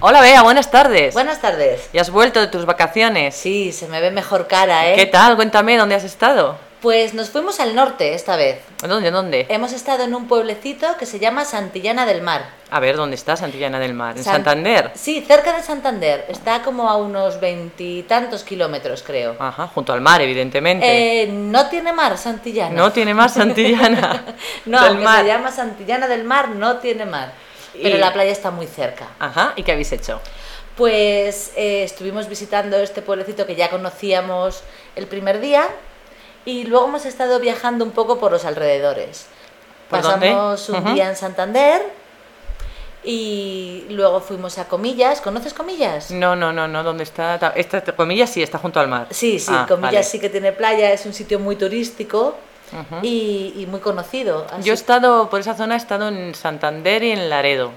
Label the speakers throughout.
Speaker 1: Hola Bea, buenas tardes.
Speaker 2: Buenas tardes.
Speaker 1: ¿Ya has vuelto de tus vacaciones?
Speaker 2: Sí, se me ve mejor cara, ¿eh?
Speaker 1: ¿Qué tal? Cuéntame, ¿dónde has estado?
Speaker 2: Pues nos fuimos al norte esta vez.
Speaker 1: ¿Dónde, dónde?
Speaker 2: Hemos estado en un pueblecito que se llama Santillana del Mar.
Speaker 1: A ver, ¿dónde está Santillana del Mar? ¿En
Speaker 2: San-
Speaker 1: Santander?
Speaker 2: Sí, cerca de Santander. Está como a unos veintitantos kilómetros, creo.
Speaker 1: Ajá, junto al mar, evidentemente.
Speaker 2: Eh, no tiene mar Santillana.
Speaker 1: No tiene más Santillana
Speaker 2: No,
Speaker 1: del
Speaker 2: aunque
Speaker 1: Mar.
Speaker 2: se llama Santillana del Mar, no tiene mar. Pero
Speaker 1: Y-
Speaker 2: la playa está muy cerca.
Speaker 1: Ajá, ¿y qué habéis hecho?
Speaker 2: Pues eh, estuvimos visitando este pueblecito que ya conocíamos el primer día y luego hemos estado viajando un poco por los alrededores.
Speaker 1: ¿Por dónde?
Speaker 2: Pasamos un
Speaker 1: Ujú.
Speaker 2: día en Santander y luego fuimos a Comillas. ¿Conoces Comillas?
Speaker 1: No, no, no, no, ¿dónde está? Ta- Esta comilla sí está junto al mar.
Speaker 2: Sí, sí,
Speaker 1: Ah,
Speaker 2: Comillas
Speaker 1: vale.
Speaker 2: sí que tiene playa, es un sitio muy turístico
Speaker 1: Ujú.
Speaker 2: y, y muy conocido. así
Speaker 1: Yo he estado por esa zona, he estado en Santander y en Laredo,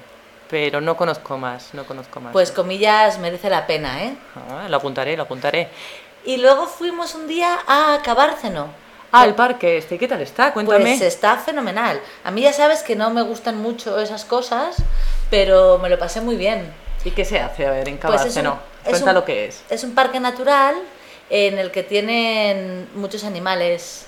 Speaker 1: pero no conozco más, no conozco más.
Speaker 2: Pues Comillas merece la pena, ¿eh?
Speaker 1: Ah, lo apuntaré, lo apuntaré.
Speaker 2: Y luego fuimos un día a Cabárceno.
Speaker 1: Ah, el parque este, ¿qué tal está? Cuéntame.
Speaker 2: Pues está fenomenal. A mí ya sabes que no me gustan mucho esas cosas, pero me lo pasé muy bien.
Speaker 1: ¿Y qué se hace? A ver, en
Speaker 2: Pues es un-
Speaker 1: Cabárceno.
Speaker 2: es
Speaker 1: Cuenta
Speaker 2: un-
Speaker 1: lo que es.
Speaker 2: Es un parque natural en el que tienen muchos animales.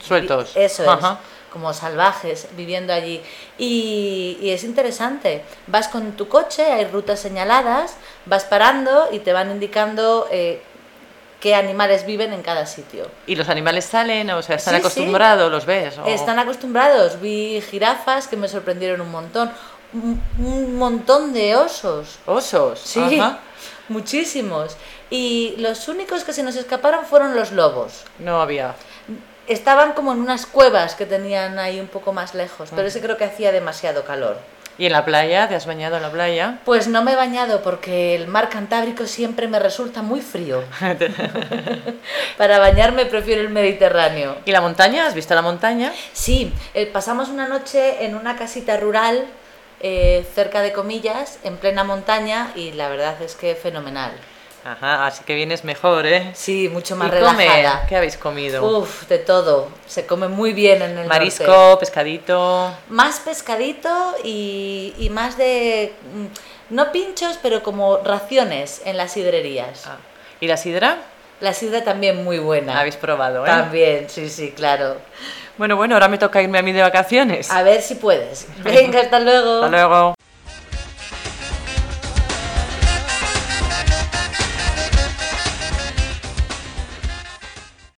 Speaker 1: Sueltos.
Speaker 2: Eso es.
Speaker 1: Ajá.
Speaker 2: Como salvajes viviendo allí. Y, y es interesante. Vas con tu coche, hay rutas señaladas, vas parando y te van indicando eh, qué animales viven en cada sitio.
Speaker 1: ¿Y los animales salen? O sea, ¿están
Speaker 2: Sí, sí.
Speaker 1: acostumbrados? ¿Los ves? O-
Speaker 2: Están acostumbrados. Vi jirafas que me sorprendieron un montón. Un, un montón de osos.
Speaker 1: ¿Osos?
Speaker 2: Sí,
Speaker 1: Ajá.
Speaker 2: muchísimos. Y los únicos que se nos escaparon fueron los lobos.
Speaker 1: No había.
Speaker 2: Estaban como en unas cuevas que tenían ahí un poco más lejos, pero ese creo que hacía demasiado calor.
Speaker 1: ¿Y en la playa? ¿Te has bañado en la playa?
Speaker 2: Pues no me he bañado porque el mar Cantábrico siempre me resulta muy frío. Para bañarme prefiero el Mediterráneo.
Speaker 1: ¿Y la montaña? ¿Has visto la montaña?
Speaker 2: Sí, eh, pasamos una noche en una casita rural eh, cerca de Comillas, en plena montaña, y la verdad es que fenomenal.
Speaker 1: Ajá, así que vienes mejor, ¿eh?
Speaker 2: Sí, mucho más
Speaker 1: ¿Y comer?
Speaker 2: relajada.
Speaker 1: ¿Qué habéis comido?
Speaker 2: Uf, de todo. Se come muy bien en el
Speaker 1: Marisco,
Speaker 2: norte.
Speaker 1: pescadito.
Speaker 2: Más pescadito y, y más de... mm, No pinchos, pero como raciones en las sidrerías.
Speaker 1: Ah, ¿Y la sidra?
Speaker 2: La sidra también muy buena.
Speaker 1: La habéis probado, ¿eh?
Speaker 2: También, sí, sí, claro.
Speaker 1: Bueno, bueno, ahora me toca irme a mí de vacaciones.
Speaker 2: A ver si puedes. Venga, hasta luego.
Speaker 1: Hasta luego.